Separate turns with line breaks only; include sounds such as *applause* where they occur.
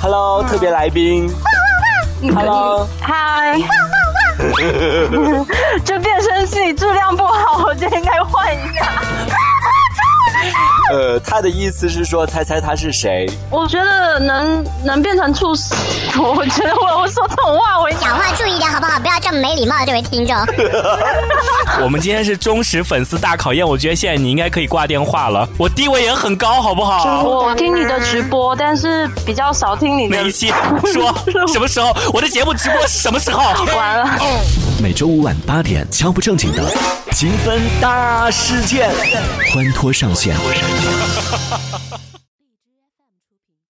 Hello，特别来宾。Hello，
*laughs* 嗨，这变声器质量不好，我觉得应该换一下。
呃，他的意思是说，猜猜他是谁？
我觉得能能变成畜生，我觉得我我说这种话，我应该
讲话注意点好不好？不要这么没礼貌，这位听众。
*laughs* 我们今天是忠实粉丝大考验，我觉得现在你应该可以挂电话了。我地位也很高，好不好？
我听你的直播，但是比较少听你
哪
的
一。期
*laughs*
说什么时候？我的节目直播是什么时候？
完了，
每周五晚八点，敲不正经的
评分大事件。
欢脱上线。